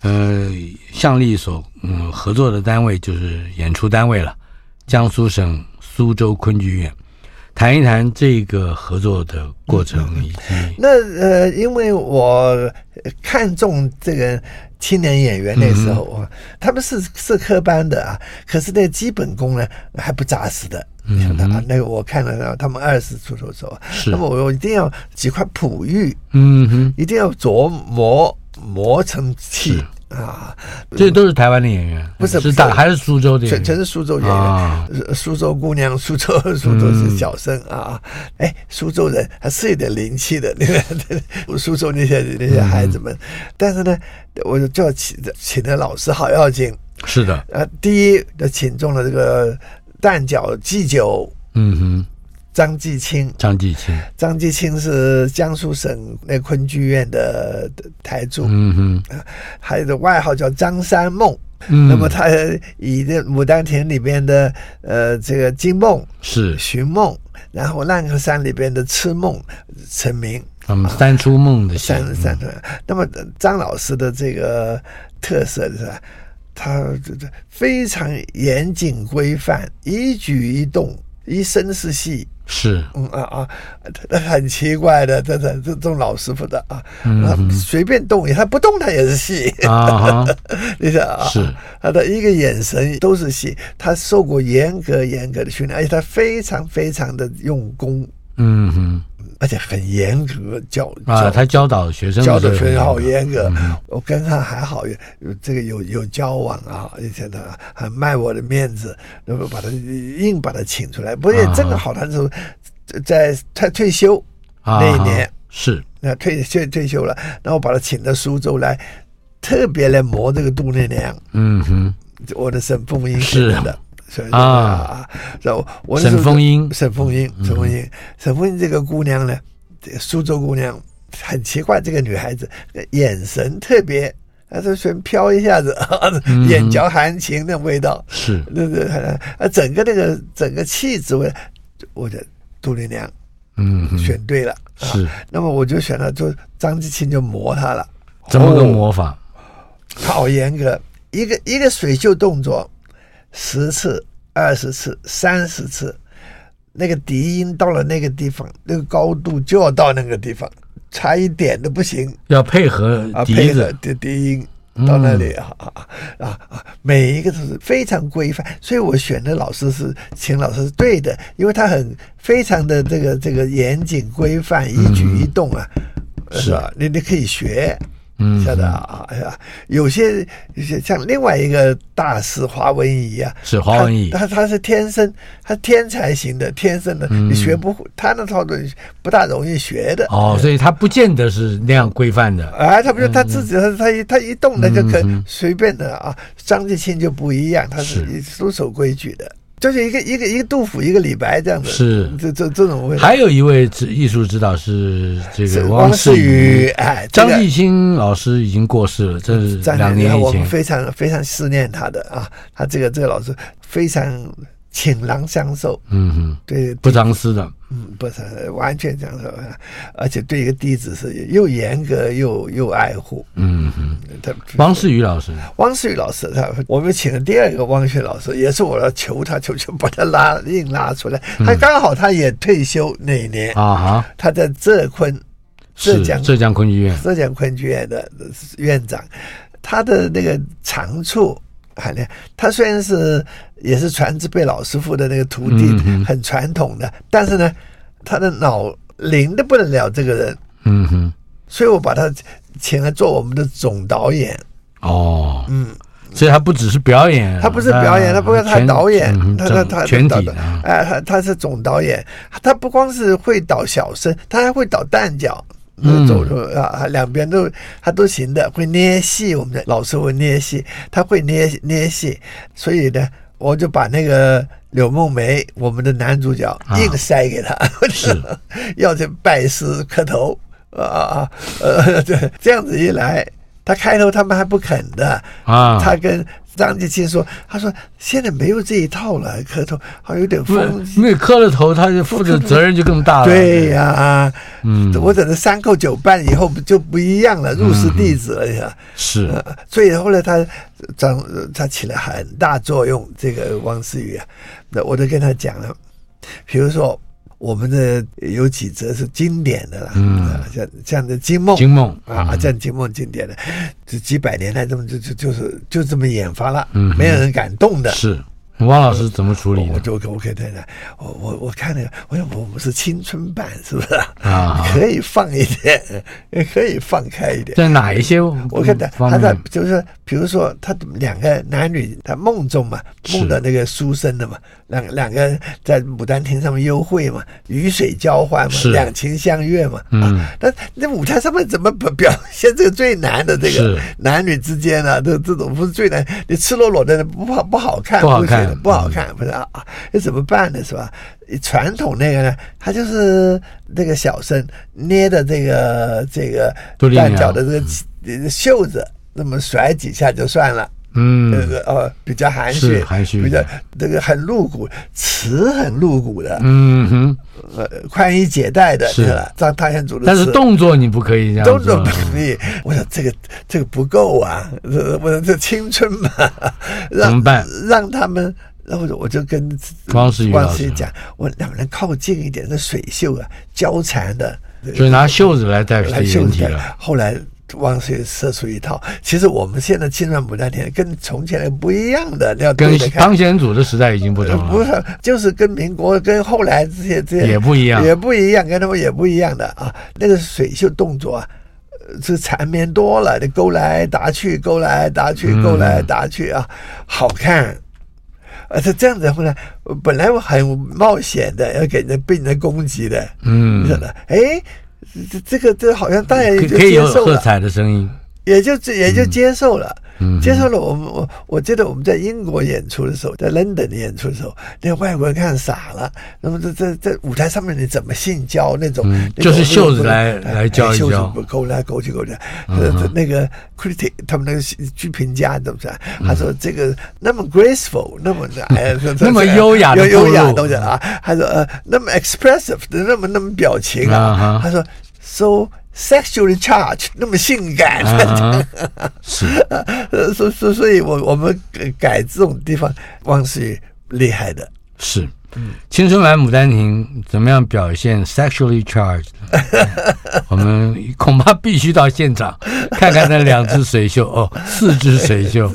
S2: 呃，向力所嗯合作的单位就是演出单位了，江苏省苏州昆剧院。谈一谈这个合作的过程以及
S3: 那呃，因为我看中这个青年演员那时
S2: 嗯
S3: 候啊，他们是是科班的啊，可是那个基本功呢还不扎实的。你想他啊，那个我看了他们二十出头时候啊，
S2: 嗯是
S3: 那么我一定要几块璞玉，
S2: 嗯哼，
S3: 一定要琢磨磨成器啊，
S2: 这都是台湾的演员，
S3: 不是
S2: 是
S3: 不是
S2: 大还是苏州的演员？
S3: 全全是苏州演员，
S2: 啊
S3: 呃苏州姑娘，苏州苏州是小生啊，
S2: 嗯
S3: 哎，苏州人还是有点灵气的，那个苏州那些那些孩子们，
S2: 嗯
S3: 但是呢，我就叫请请的老师好要紧
S2: 是的，
S3: 啊，第一就请中了这个旦角祭酒
S2: 嗯哼，
S3: 张继清，
S2: 张继清，
S3: 张继清是江苏省那昆剧院的的台柱，
S2: 嗯哼，
S3: 还有个外号叫张三梦。
S2: 嗯
S3: 那么他以这《牡丹亭》里边的呃这个金梦
S2: 是
S3: 寻梦，然后《烂客山》里边的痴梦成名，
S2: 我们三出梦的戏
S3: 三三段。那么呃张老师的这个特色是吧？他这这非常严谨规范，一举一动，一身是戏。
S2: 是
S3: 嗯啊啊，他他很奇怪的，这这这种老师傅的啊，他随便动一下，他不动他也是戏。
S2: 啊哈，
S3: 你想啊，
S2: 是
S3: 他的一个眼神都是戏，他受过严格严格的训练，而且他非常非常的用功，
S2: 嗯哼
S3: 而且很严格教
S2: 啊，
S3: 教
S2: 他教导学生
S3: 教的
S2: 时候
S3: 非常好严格。
S2: 嗯
S3: 我跟他还好，有有这个有有交往啊，以前他还卖我的面子，那么把他硬把他请出来，不过也
S2: 啊
S3: 正好他是在他退休
S2: 啊
S3: 那一年
S2: 是
S3: 那退退退休了，然后把他请到苏州来，特别来磨这个度娘娘，
S2: 嗯哼，
S3: 我的沈凤英
S2: 是
S3: 写的。所以
S2: 啊
S3: 啊，然后我那时候
S2: 沈凤英嗯
S3: 沈凤英，沈凤英，沈凤英这个姑娘呢，这个苏州姑娘很奇怪，这个女孩子眼神特别，啊她说全飘一下子，
S2: 嗯
S3: 眼角含情的味道，
S2: 是
S3: 那个啊，整个那个整个气质，我我的杜丽娘
S2: 嗯哼
S3: 选对了，啊
S2: 是
S3: 那么我就选了，就张继清就磨他了。
S2: 怎么个
S3: 哦
S2: 魔法？
S3: 好严格，一个一个水袖动作，十次、二十次、三十次，那个笛音到了那个地方，那个高度就要到那个地方，差一点都不行
S2: 要配合
S3: 啊！
S2: 笛
S3: 配合
S2: 子，
S3: 笛笛音到那
S2: 嗯
S3: 里啊啊啊啊！每一个都是非常规范，所以我选的老师是秦老师是对的，因为他很非常的这个这个严谨规范，一举一动啊，是吧？你你可以学。
S2: 嗯
S3: 晓得啊，哎呀，有些有些像另外一个大师华文怡啊，
S2: 是华文艺
S3: 他他他是天生，他天才型的，天生的，你学不会，他那操作不大容易学的。
S2: 嗯哦，所以它不见得是那样规范的。
S3: 啊，他不是他
S2: 嗯
S3: 自己，他他一他一动那就可随便的啊。张继清就不一样，他是都守规矩的，就是一个一个一个杜甫，一个李白这样子，
S2: 是
S3: 这这这种味道。
S2: 还有一位指艺术指导是这
S3: 是
S2: 个
S3: 汪
S2: 世
S3: 世
S2: 瑜
S3: 瑜，，哎，这
S2: 张
S3: 个
S2: 继清老师已经过世了，这是
S3: 张
S2: 两
S3: 良
S2: 年
S3: 我
S2: 以
S3: 们
S2: 前。
S3: 非常非常思念他的啊，他这个这个老师非常倾囊相授，
S2: 嗯哼，
S3: 对，
S2: 不藏私的，
S3: 嗯，不是完全讲授，而且对一个弟子是又严格又又爱护。
S2: 嗯哼。
S3: 他
S2: 汪世瑜老师，啊
S3: 汪世宇老师，他我们请了第二个汪旭老师，也是我要求他，求求把他拉硬拉出来。他刚好他也退休那一年，
S2: 啊哈，
S3: 他在浙昆
S2: 是
S3: 嗯浙江
S2: 浙江昆剧院，
S3: 浙江昆剧院的院长，他的那个长处很厉害。他虽然是也是传字辈老师傅的那个徒弟，很传统的，但是呢，他的脑灵的不得了，这个人，
S2: 嗯哼，
S3: 所以我把他请来做我们的总导演。
S2: 哦，嗯，所以他不只是表演，
S3: 他不是表演，他不是他
S2: 全
S3: 导演
S2: 嗯，哼
S3: 他他他
S2: 全
S3: 他
S2: 体
S3: 导
S2: 的
S3: 的
S2: 啊，
S3: 哎，他他是总导演，他不光是会导小生，他还会导旦角。
S2: 嗯
S3: 走路啊，两边都他都行的，会捏戏，我们的老师会捏戏，他会捏捏戏，所以呢，我就把那个柳梦梅，我们的男主角硬塞给他， 要去拜师磕头啊啊， 呃，对，这样子一来，他开头他们还不肯的，
S2: 啊
S3: 他跟张继清说，他说现在没有这一套了，磕头好像有点
S2: 不
S3: 风，气。
S2: 那磕了头，他就负责责任就更大了。
S3: 对呀、
S2: 嗯，
S3: 我等到三叩九拜以后不就不一样了，入室弟子了呀。
S2: 是
S3: 呃所以后来他张他起了很大作用，这个汪思雨啊，那我都跟他讲了，比如说我们的有几则是经典的啦，嗯，像像这金梦
S2: 金梦
S3: 啊，这样经梦经典的，这几百年来这么就就就是就这么演发了，
S2: 嗯
S3: 没有人敢动的，
S2: 是汪老师怎么处理
S3: 我
S2: 的？
S3: 就我给太太，我我我看那个，我想我们是青春版是不是？
S2: 啊
S3: 可以放一点，也可以放开一点。
S2: 在哪一些
S3: 我看他
S2: 方
S3: 他的
S2: 面？
S3: 就是说，比如说他两个男女，他梦中嘛，
S2: 是
S3: 梦到那个书生的嘛，两两个人在牡丹亭上面幽会嘛，雨水交换嘛
S2: 是，
S3: 两情相悦嘛。
S2: 嗯
S3: 啊，那那舞台上面怎么表表现这个最难的这
S2: 是
S3: 个男女之间呢、这这种不是最难，你赤裸裸的不好不好看，
S2: 不好
S3: 会觉得
S2: 看嗯
S3: 不好看，不是啊？啊那怎么办呢？是吧？传统那个呢，他就是那个小生捏的这个这个
S2: 杜丽娘
S3: 蛋饺的这个呃袖子，那么甩几下就算了。这
S2: 嗯
S3: 个哦，比较含
S2: 是
S3: 蓄，
S2: 含蓄
S3: 比较这个很露骨，词很露骨的，
S2: 嗯哼，
S3: 呃，宽衣解带的，
S2: 是
S3: 对吧张大彦祖的词，
S2: 但是动作你不可以这样
S3: 都
S2: 做啊
S3: 弄不容易。我想这个这个不够啊，这我这青春 嘛，让
S2: 怎么办？
S3: 让他们，然后我就我就跟
S2: 汪世玉老师
S3: 汪世玉讲，我两个人靠近一点，那水袖啊交缠的，
S2: 就是拿袖子来代替
S3: 来
S2: 人
S3: 袖
S2: 体
S3: 子
S2: 了。。
S3: 后来汪世玉射出一套，其实我们现在青春牡丹亭跟从前的不一样的，要
S2: 跟
S3: 对着看。
S2: 汤显祖的时代已经不同
S3: 不
S2: 了，
S3: 是，就是跟民国跟后来这些这些
S2: 也不一样
S3: 也不一样，跟他们也不一样的啊。那个水袖动作啊，呃是缠绵多了，
S2: 嗯
S3: 你勾来打去，勾来打去，勾来打去啊，好看。啊，他这样子后呢，呃本来我很冒险的，要给人家被人家攻击的，你晓
S2: 嗯，
S3: 得？哎，这这个这好像大家
S2: 可
S3: 也就
S2: 可以
S3: 接
S2: 有
S3: 受
S2: 喝
S3: 了，
S2: 彩的声音，
S3: 也就也就接受了。
S2: 嗯，
S3: 接受了我们，我我记得我们在英国演出的时候，在 London 的演出的时候，那外国人看傻了。那么这这这舞台上面你怎么性交那种？
S2: 嗯
S3: 那种
S2: 就是袖子来
S3: 哎
S2: 来教一嗯
S3: 袖子
S2: 教
S3: 不够啦，勾起勾起。呃，这那个 critic 他们那个剧评家怎么说？
S2: 嗯
S3: 他说这个那么 graceful，那么 哎，这这
S2: 那么优雅的
S3: 优优雅
S2: 步入
S3: 东西啊。他说呃，那么 expressive 的那么那么表情
S2: 啊哈
S3: 啊。他说 so sexually charged，那么性感。
S2: 啊，是，
S3: 呃，所所所以我，我们改改这种地方，汪是厉害的。
S2: 是，青春版《牡丹亭》怎么样表现 sexually charged？我们恐怕必须到现场看看那两只水袖哦，四只水袖，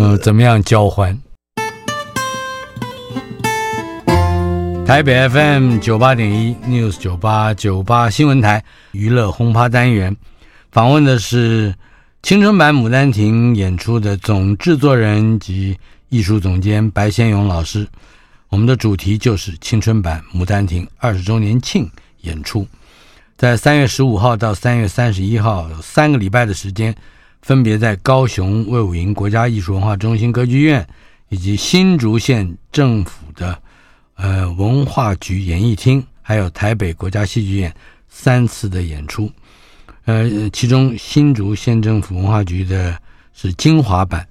S2: 嗯，怎么样交欢？台北 FM 九八点一 News 九八九八新闻台娱乐轰趴单元，访问的是青春版《牡丹亭》演出的总制作人及艺术总监白先勇老师。我们的主题就是青春版《牡丹亭》二十周年庆演出，在三月十五号到三月三十一号有三个礼拜的时间，分别在高雄魏武营国家艺术文化中心歌剧院以及新竹县政府的呃文化局演艺厅，还有台北国家戏剧院三次的演出。呃，其中新竹县政府文化局的是精华版，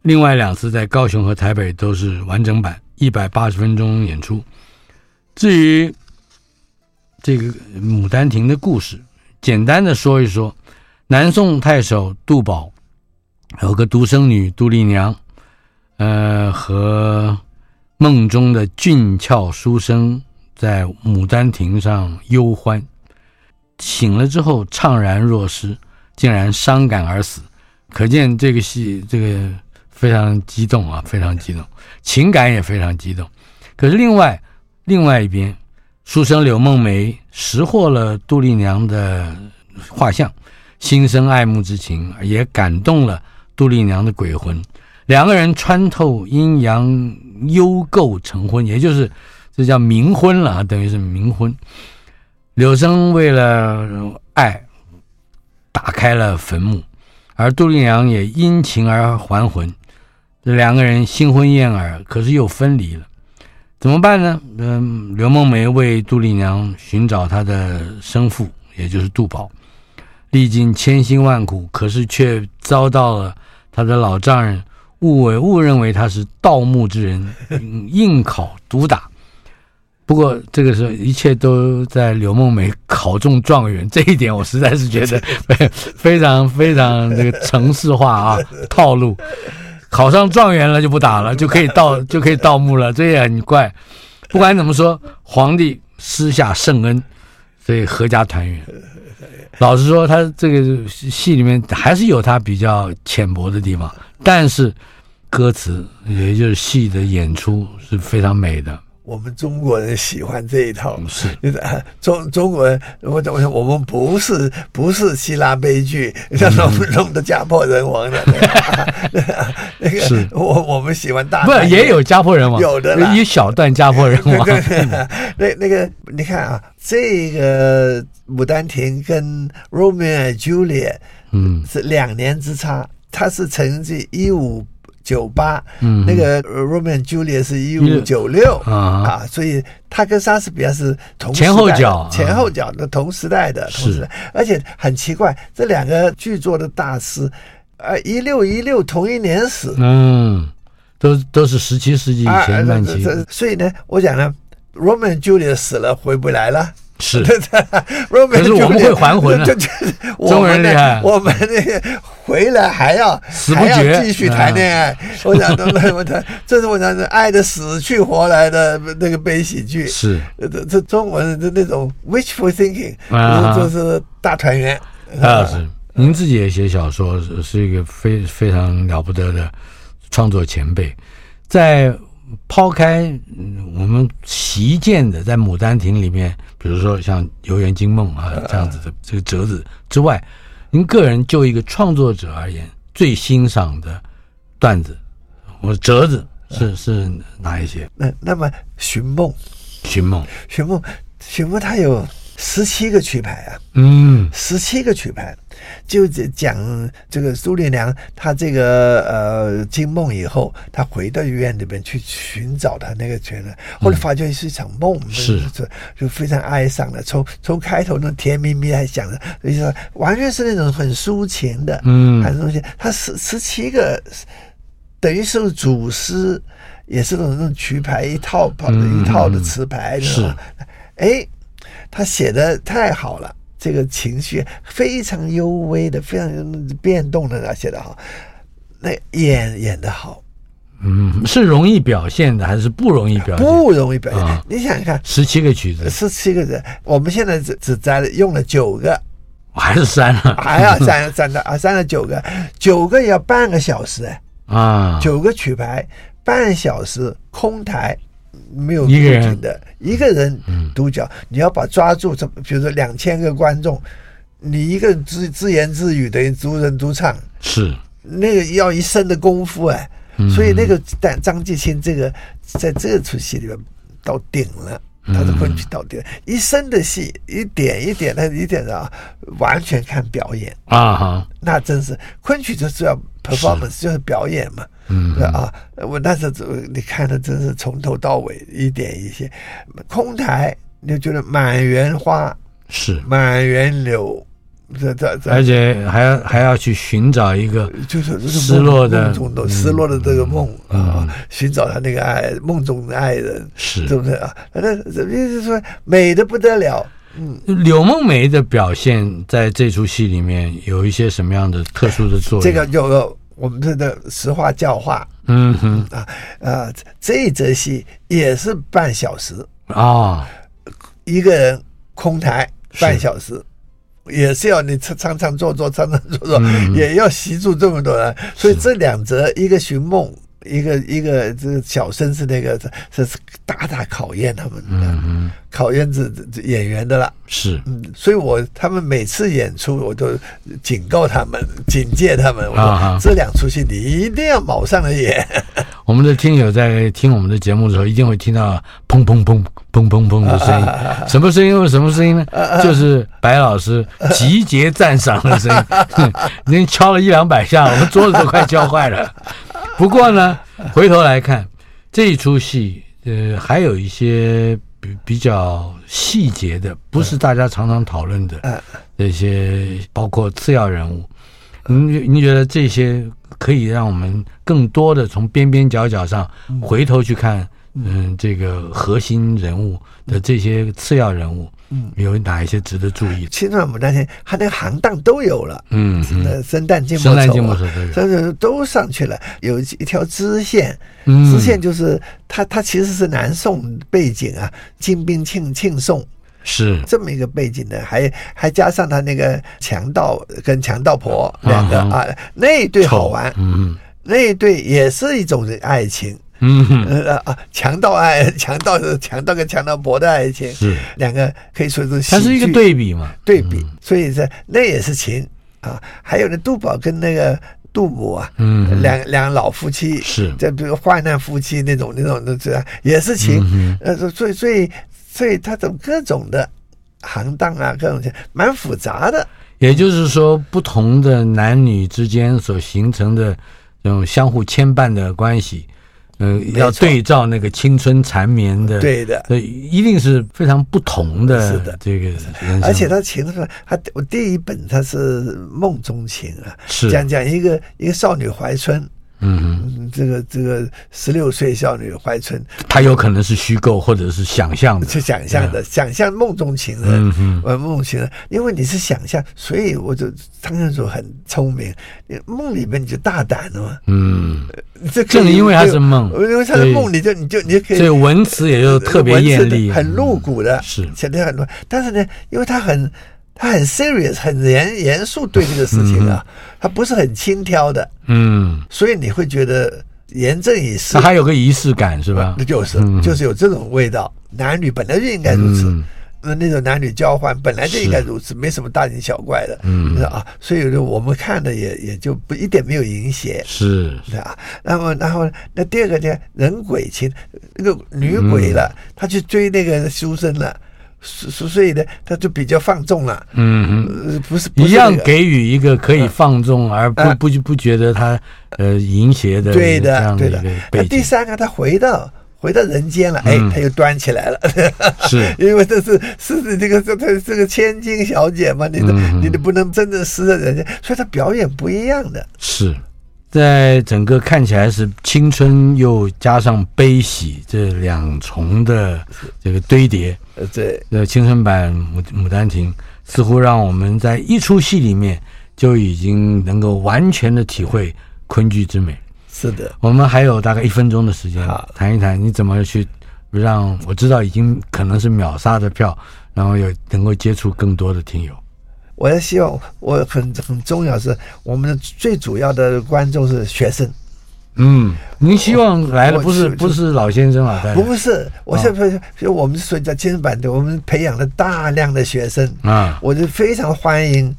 S2: 另外两次在高雄和台北都是完整版，一百八十分钟演出。至于这个《牡丹亭》的故事，简单的说一说，南宋太守杜宝有个独生女杜丽娘，呃，和梦中的俊俏书生在牡丹亭上幽欢，醒了之后怅然若失，竟然伤感而死。可见这个戏这个非常激动啊，非常激动，情感也非常激动。可是另外另外一边，书生柳梦梅识获了杜丽娘的画像，心生爱慕之情，也感动了杜丽娘的鬼魂。两个人穿透阴阳，幽媾成婚，也就是这叫冥婚了啊，等于是冥婚。柳生为了爱，打开了坟墓，而杜丽娘也因情而还魂，这两个人新婚燕尔，可是又分离了，怎么办呢？嗯，刘梦梅为杜丽娘寻找她的生父，也就是杜宝，历尽千辛万苦，可是却遭到了她的老丈人误为误认为她是盗墓之人， 嗯硬拷毒打。不过这个时候一切都在刘梦梅考中状元这一点，我实在是觉得 非非常非常这个城市化啊套路。考上状元了就不打了， 就可以盗就可以盗墓了，这也很怪。不管怎么说，皇帝施下圣恩，所以阖家团圆。老实说，他这个戏里面还是有他比较浅薄的地方，但是歌词也就是戏的演出是非常美的。
S3: 我们中国人喜欢这一套，
S2: 嗯是
S3: 就是啊中中国人，我我我们不是不是希腊悲剧，让我
S2: 嗯
S3: 们弄得家破人亡的。 对吧对吧那
S2: 是
S3: 个我我们喜欢大
S2: 不
S3: 团圆
S2: 也有家破人亡，
S3: 有的啦
S2: 一小段家破人 亡。
S3: 对对对，那那个你看啊，这个《牡丹亭》跟《Romeo and Juliet》
S2: 嗯
S3: 是两年之差，它是成绩一五九八，
S2: 嗯，
S3: 那个呃 Romeo and Juliet 是一
S2: 16
S3: 五九六
S2: 啊，
S3: 啊，所以他跟莎士比亚是同时代
S2: 前后脚啊
S3: 前后脚的同时代的，
S2: 是
S3: 同时代，而且很奇怪，这两个剧作的大师，呃，一六一六同一年死，
S2: 嗯，都都是十七世纪以
S3: 啊，
S2: 前半期，
S3: 这这所以呢，我讲呢。Roman and Juliet 死了，回不来了。
S2: 是
S3: Roman
S2: 可是我们
S3: Juliet-
S2: 会还魂啊
S3: 就就
S2: 中国人厉害
S3: 我们呢我们那个回来还要
S2: 死不
S3: 还
S2: 绝啊
S3: 要继续谈恋爱。 我讲的，我讲这是我讲的爱的死去活来的那个悲喜剧。
S2: 是
S3: 这这中文人的那种 wishful thinking，
S2: 啊
S3: 就是就是大团圆。
S2: 蔡老师，您自己也写小说，是是一个非非常了不得的创作前辈。在抛开嗯我们习见的，在《牡丹亭》里面，比如说像《游园惊梦》啊这样子的这个折子之外，您个人就一个创作者而言，最欣赏的段子或者折子是是哪一些？
S3: 那那么寻梦，
S2: 寻梦，
S3: 寻梦，寻梦，它有十七个曲牌啊，
S2: 嗯
S3: 十七个曲牌，就这讲这个苏丽娘，她这个呃经梦以后，她回到医院里边去寻找她那个权人，后来发觉是一场梦，
S2: 嗯是
S3: 就就非常哀伤的。从从开头那甜蜜蜜还讲的，就是完全是那种很抒情的，
S2: 嗯
S3: 还是东西。她十十七个等于是祖师，也是那种那种曲牌一套跑的
S2: 嗯
S3: 一套的词牌，
S2: 是
S3: 吧？哎，他写的太好了，这个情绪非常幽微的，非常变动的，写的好，那演演的好，
S2: 嗯，是容易表现的还是不容易表现？
S3: 不容易表现。
S2: 啊
S3: 你想想看，
S2: 十七个曲子
S3: 十七个人，我们现在只只摘了用了九个，
S2: 我还是删了
S3: 还 要删删了啊，删了九个，九个也要半个小时哎。
S2: 啊，
S3: 九个曲牌，半小时空台，没有
S2: 一个人嗯
S3: 布景的，一个人独角，你要把抓住这，比如说两千个观众，你一个人自自言自语等于独人独唱，
S2: 是
S3: 那个要一身的功夫哎，
S2: 嗯
S3: 所以那个但张继清这个在这出戏里面到顶了。他的
S2: 嗯
S3: 昆曲到顶了，一身的戏，一点一点的，一点的啊，完全看表演。
S2: 啊哈，
S3: 那真是昆曲就是要 performance，就是表演嘛。嗯啊，我那时候你看的真是从头到尾一点一线，空台你就觉得满园花，
S2: 是，
S3: 满园柳，这这
S2: 而
S3: 这。
S2: 且还要还要去寻找一个
S3: 就是就是
S2: 失
S3: 梦
S2: 落的嗯
S3: 梦中的失落的这个梦啊，寻找他那个爱梦中的爱人，
S2: 是
S3: 对不对啊？那就是说美的不得了，
S2: 柳梦梅的表现，在这出戏里面有一些什么样的特殊的作用？
S3: 这个，有个我们这个实话教化
S2: 嗯哼
S3: 啊啊，这一则戏也是半小时，
S2: 啊，
S3: 一个人空台
S2: 是
S3: 半小时，也是要你唱唱唱做做唱唱做做，
S2: 嗯
S3: 也要吸住这么多人。所以这两则，一个寻梦，一个一个这个小生是那个是是大大考验他们的，
S2: 嗯
S3: 考验这这演员的了。
S2: 是
S3: 嗯，所以我他们每次演出，我都警告他们，警戒他们，我
S2: 啊
S3: 说这两出戏你一定要卯上来演。
S2: 我们的听友在听我们的节目的时候，一定会听到砰砰砰砰砰砰的声音。 什么声音？又是什么声音呢？就是白老师集结赞赏的声音，已经敲了一两百下，我们桌子都快敲坏了。不过呢，回头来看这一出戏，呃，还有一些比比较细节的，不是大家常常讨论的那些，包括次要人物。您您觉得这些可以让我们更多的从边边角角上回头去看，嗯，这个核心人物的这些次要人物，嗯，有哪一些值得注意的？
S3: 青壮牡丹田，他那个行当都有了。
S2: 嗯，嗯
S3: 那生旦净
S2: 生
S3: 末
S2: 旦
S3: 丑
S2: 净末
S3: 啊
S2: 丑都有
S3: 这个都上去了。有一一条知县，
S2: 嗯
S3: 知县就是他，他其实是南宋背景啊，金兵庆庆宋
S2: 嗯是
S3: 这么一个背景的，还还加上他那个强盗跟强盗婆两个
S2: 嗯
S3: 啊，那一对好玩，
S2: 嗯
S3: 那一对也是一种爱情。
S2: 嗯，
S3: 呃啊，强盗爱，强盗强盗跟强盗婆的爱情，
S2: 是，
S3: 两个可以说是喜
S2: 它是一个
S3: 剧
S2: 对嗯比嘛，
S3: 对比，所以这那也是情啊。还有呢，杜宝跟那个杜母啊，
S2: 嗯
S3: 两两老夫妻
S2: 是
S3: 这比如患难夫妻那种那种的，这也是情。
S2: 嗯
S3: 呃，所以所以所以他种各种的行当啊，各种的蛮复杂的。
S2: 也就是说，不同的男女之间所形成的这种相互牵绊的关系，嗯、
S3: 错
S2: 要对照那个青春缠绵的，
S3: 对的
S2: 所以一定是非常不同的
S3: 是的
S2: 这个人生，
S3: 而且他情的时候，他我第一本他是梦中情啊，
S2: 是
S3: 讲讲一个一个少女怀春，
S2: 嗯哼，
S3: 嗯，这个这个十六岁少女怀春，
S2: 他有可能是虚构或者是想象的，
S3: 去想象的，想象梦中情
S2: 嗯
S3: 人，呃，梦中情人，因为你是想象，所以我就张先生很聪明，你梦里面你就大胆了嘛，
S2: 嗯，
S3: 你这可以
S2: 正因为它是梦
S3: 就因为它是梦，你就你就你就可
S2: 所以
S3: 以。
S2: 文词也就特别艳丽，嗯
S3: 很露骨的，
S2: 是
S3: 显得很露。但是呢，因为他很他很 serious，很严严肃对这个事情啊，他不是很轻佻的，
S2: 嗯，
S3: 所以你会觉得严正以
S2: 它
S3: 释。
S2: 还有个仪式感是吧嗯
S3: 那？就是就是有这种味道，男女本来就应该如此。那那种男女交换本来就应该如此，没什么大惊小怪的，嗯啊，所以有的我们看的也也就不一点没有淫邪，
S2: 是
S3: 对啊，然后然后那第二个呢，人鬼情，那个女鬼了，
S2: 嗯
S3: 她去追那个书生了，所所所以呢，她就比较放纵了，
S2: 嗯
S3: 呃，不是不
S2: 一
S3: 是那
S2: 样
S3: 个
S2: 给予一个可以放纵而不
S3: 啊
S2: 不不觉得他呃淫邪的
S3: 对
S2: 这
S3: 的
S2: 样
S3: 对
S2: 一
S3: 的
S2: 个。
S3: 那
S2: 背景嗯
S3: 第三个，她回到回到人间了，哎，她又端起来了。
S2: 是
S3: 因为这是是这个这这这个千金小姐嘛，你的、
S2: 嗯
S3: 你的不能真正施舍人家，所以她表演不一样的。
S2: 是，在整个看起来是青春又加上悲喜这两重的这个堆叠，
S3: 呃，对，
S2: 呃，青春版牡牡丹亭似乎让我们在一出戏里面就已经能够完全的体会昆剧之美。
S3: 是的，
S2: 我们还有大概一分钟的时间
S3: 好，
S2: 谈一谈你怎么去让我知道已经可能是秒杀的票，然后有能够接触更多的听友。
S3: 我也希望我很很重要是，我们的最主要的观众是学生，
S2: 嗯，您希望来的
S3: 我
S2: 不是
S3: 是
S2: 不是老先生啊？当然
S3: 不是，我现在就我们所以叫金版的，我们培养了大量的学生，
S2: 啊，
S3: 我就非常欢迎，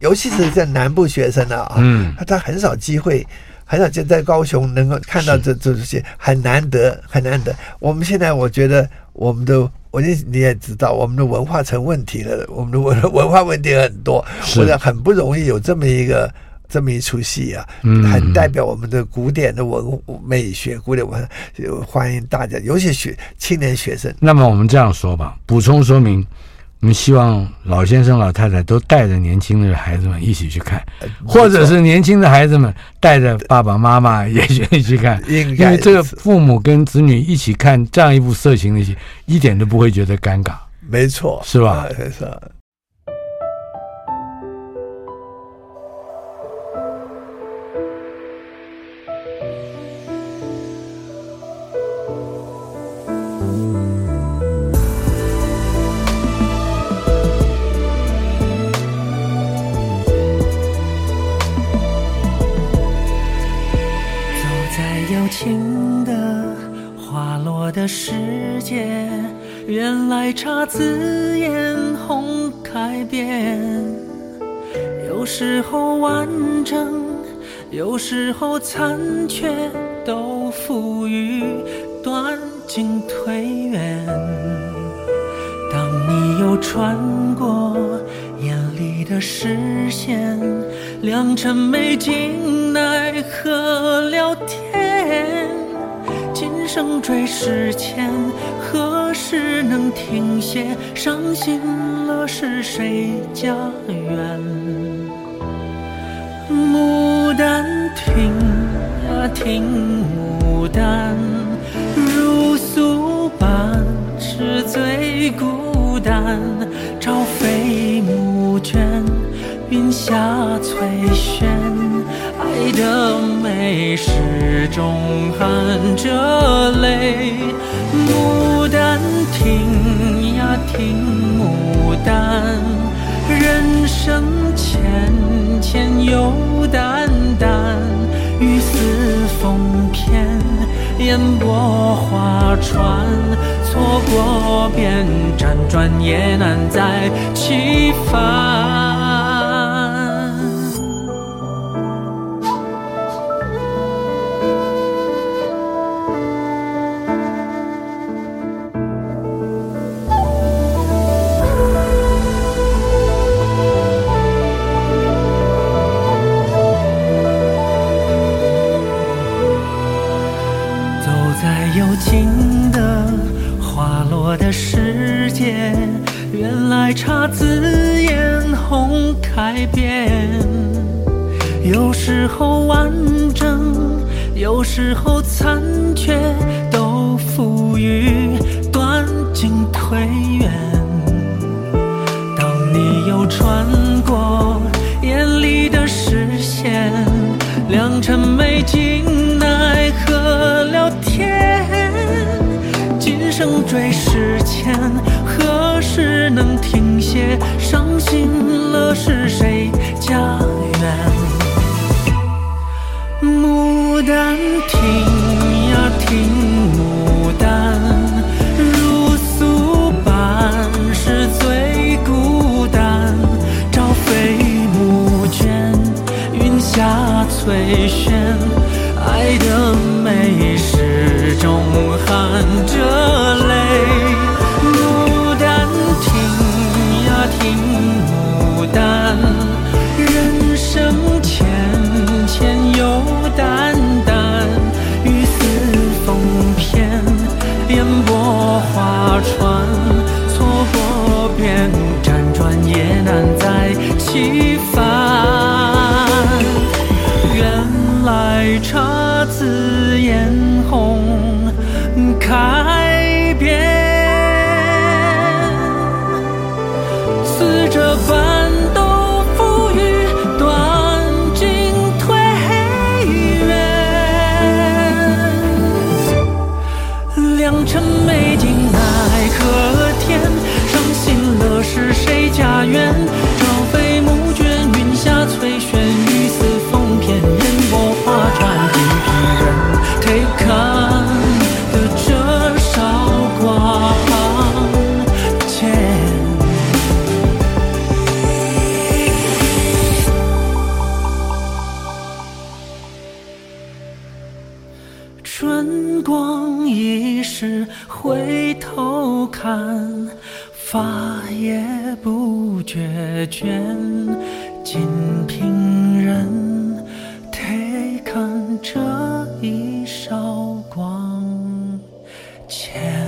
S3: 尤其是在南部学生啊，
S2: 嗯
S3: 他他很少机会，很少就在高雄能够看到这这些，很难得，很难得。我们现在我觉得我们的。我你你也知道，我们的文化成问题了，我们的文文化问题很多，
S2: 是
S3: 我觉得很不容易有这么一个这么一出戏啊，
S2: 嗯
S3: 很代表我们的古典的文美学、古典文化，就欢迎大家，尤其学青年学生，
S2: 那么我们这样说吧，补充说明，我们希望老先生、老太太都带着年轻的孩子们一起去看，
S3: 呃
S2: 或者是年轻的孩子们带着爸爸妈妈也一起看，
S3: 应
S2: 因
S3: 该
S2: 为这个
S3: 是
S2: 父母跟子女一起看这样一部色情的戏，一点都不会觉得尴尬。
S3: 没错，
S2: 是吧
S3: 啊是啊。
S4: 走在有情的花落的世界，原来姹紫嫣红开遍。有时候完整，有时候残缺，都付于断尽颓垣。当你又穿过眼里的视线，良辰美景奈何了天。今生追时间，何时能停歇？伤心了是谁家园？牡丹亭呀亭，牡丹如素般是最孤单。朝飞暮卷，云霞翠轩，爱的美始终含着泪。牡丹亭呀亭，牡丹。人生浅浅又淡淡，雨丝风偏，烟波划船，错过便辗转也难再起返。走在有情的花落的世界，原来姹紫嫣红开遍。有时候完整，有时候残缺，都付于断尽颓垣。当你又穿过眼里的视线，良辰美景奈何了天。今生追时间，何时能停歇？伤心了是谁家园？牡丹亭呀亭，牡丹如素般是下垂涎，爱的美始终含着泪。牡丹停呀停，牡丹，人生浅浅又淡淡，雨丝风偏，烟波划船，错过便辗转也难再起帆。原来茶自嫣红开遍，似这般都付与断尽颓垣。良辰美景奈何天，伤心乐事谁家园？朝飞暮卷云下翠轩，雨丝风偏，烟波画船，一匹人推看的这韶光间。春光已逝，回头看，发也不觉倦。锦屏人，推看这一韶光浅。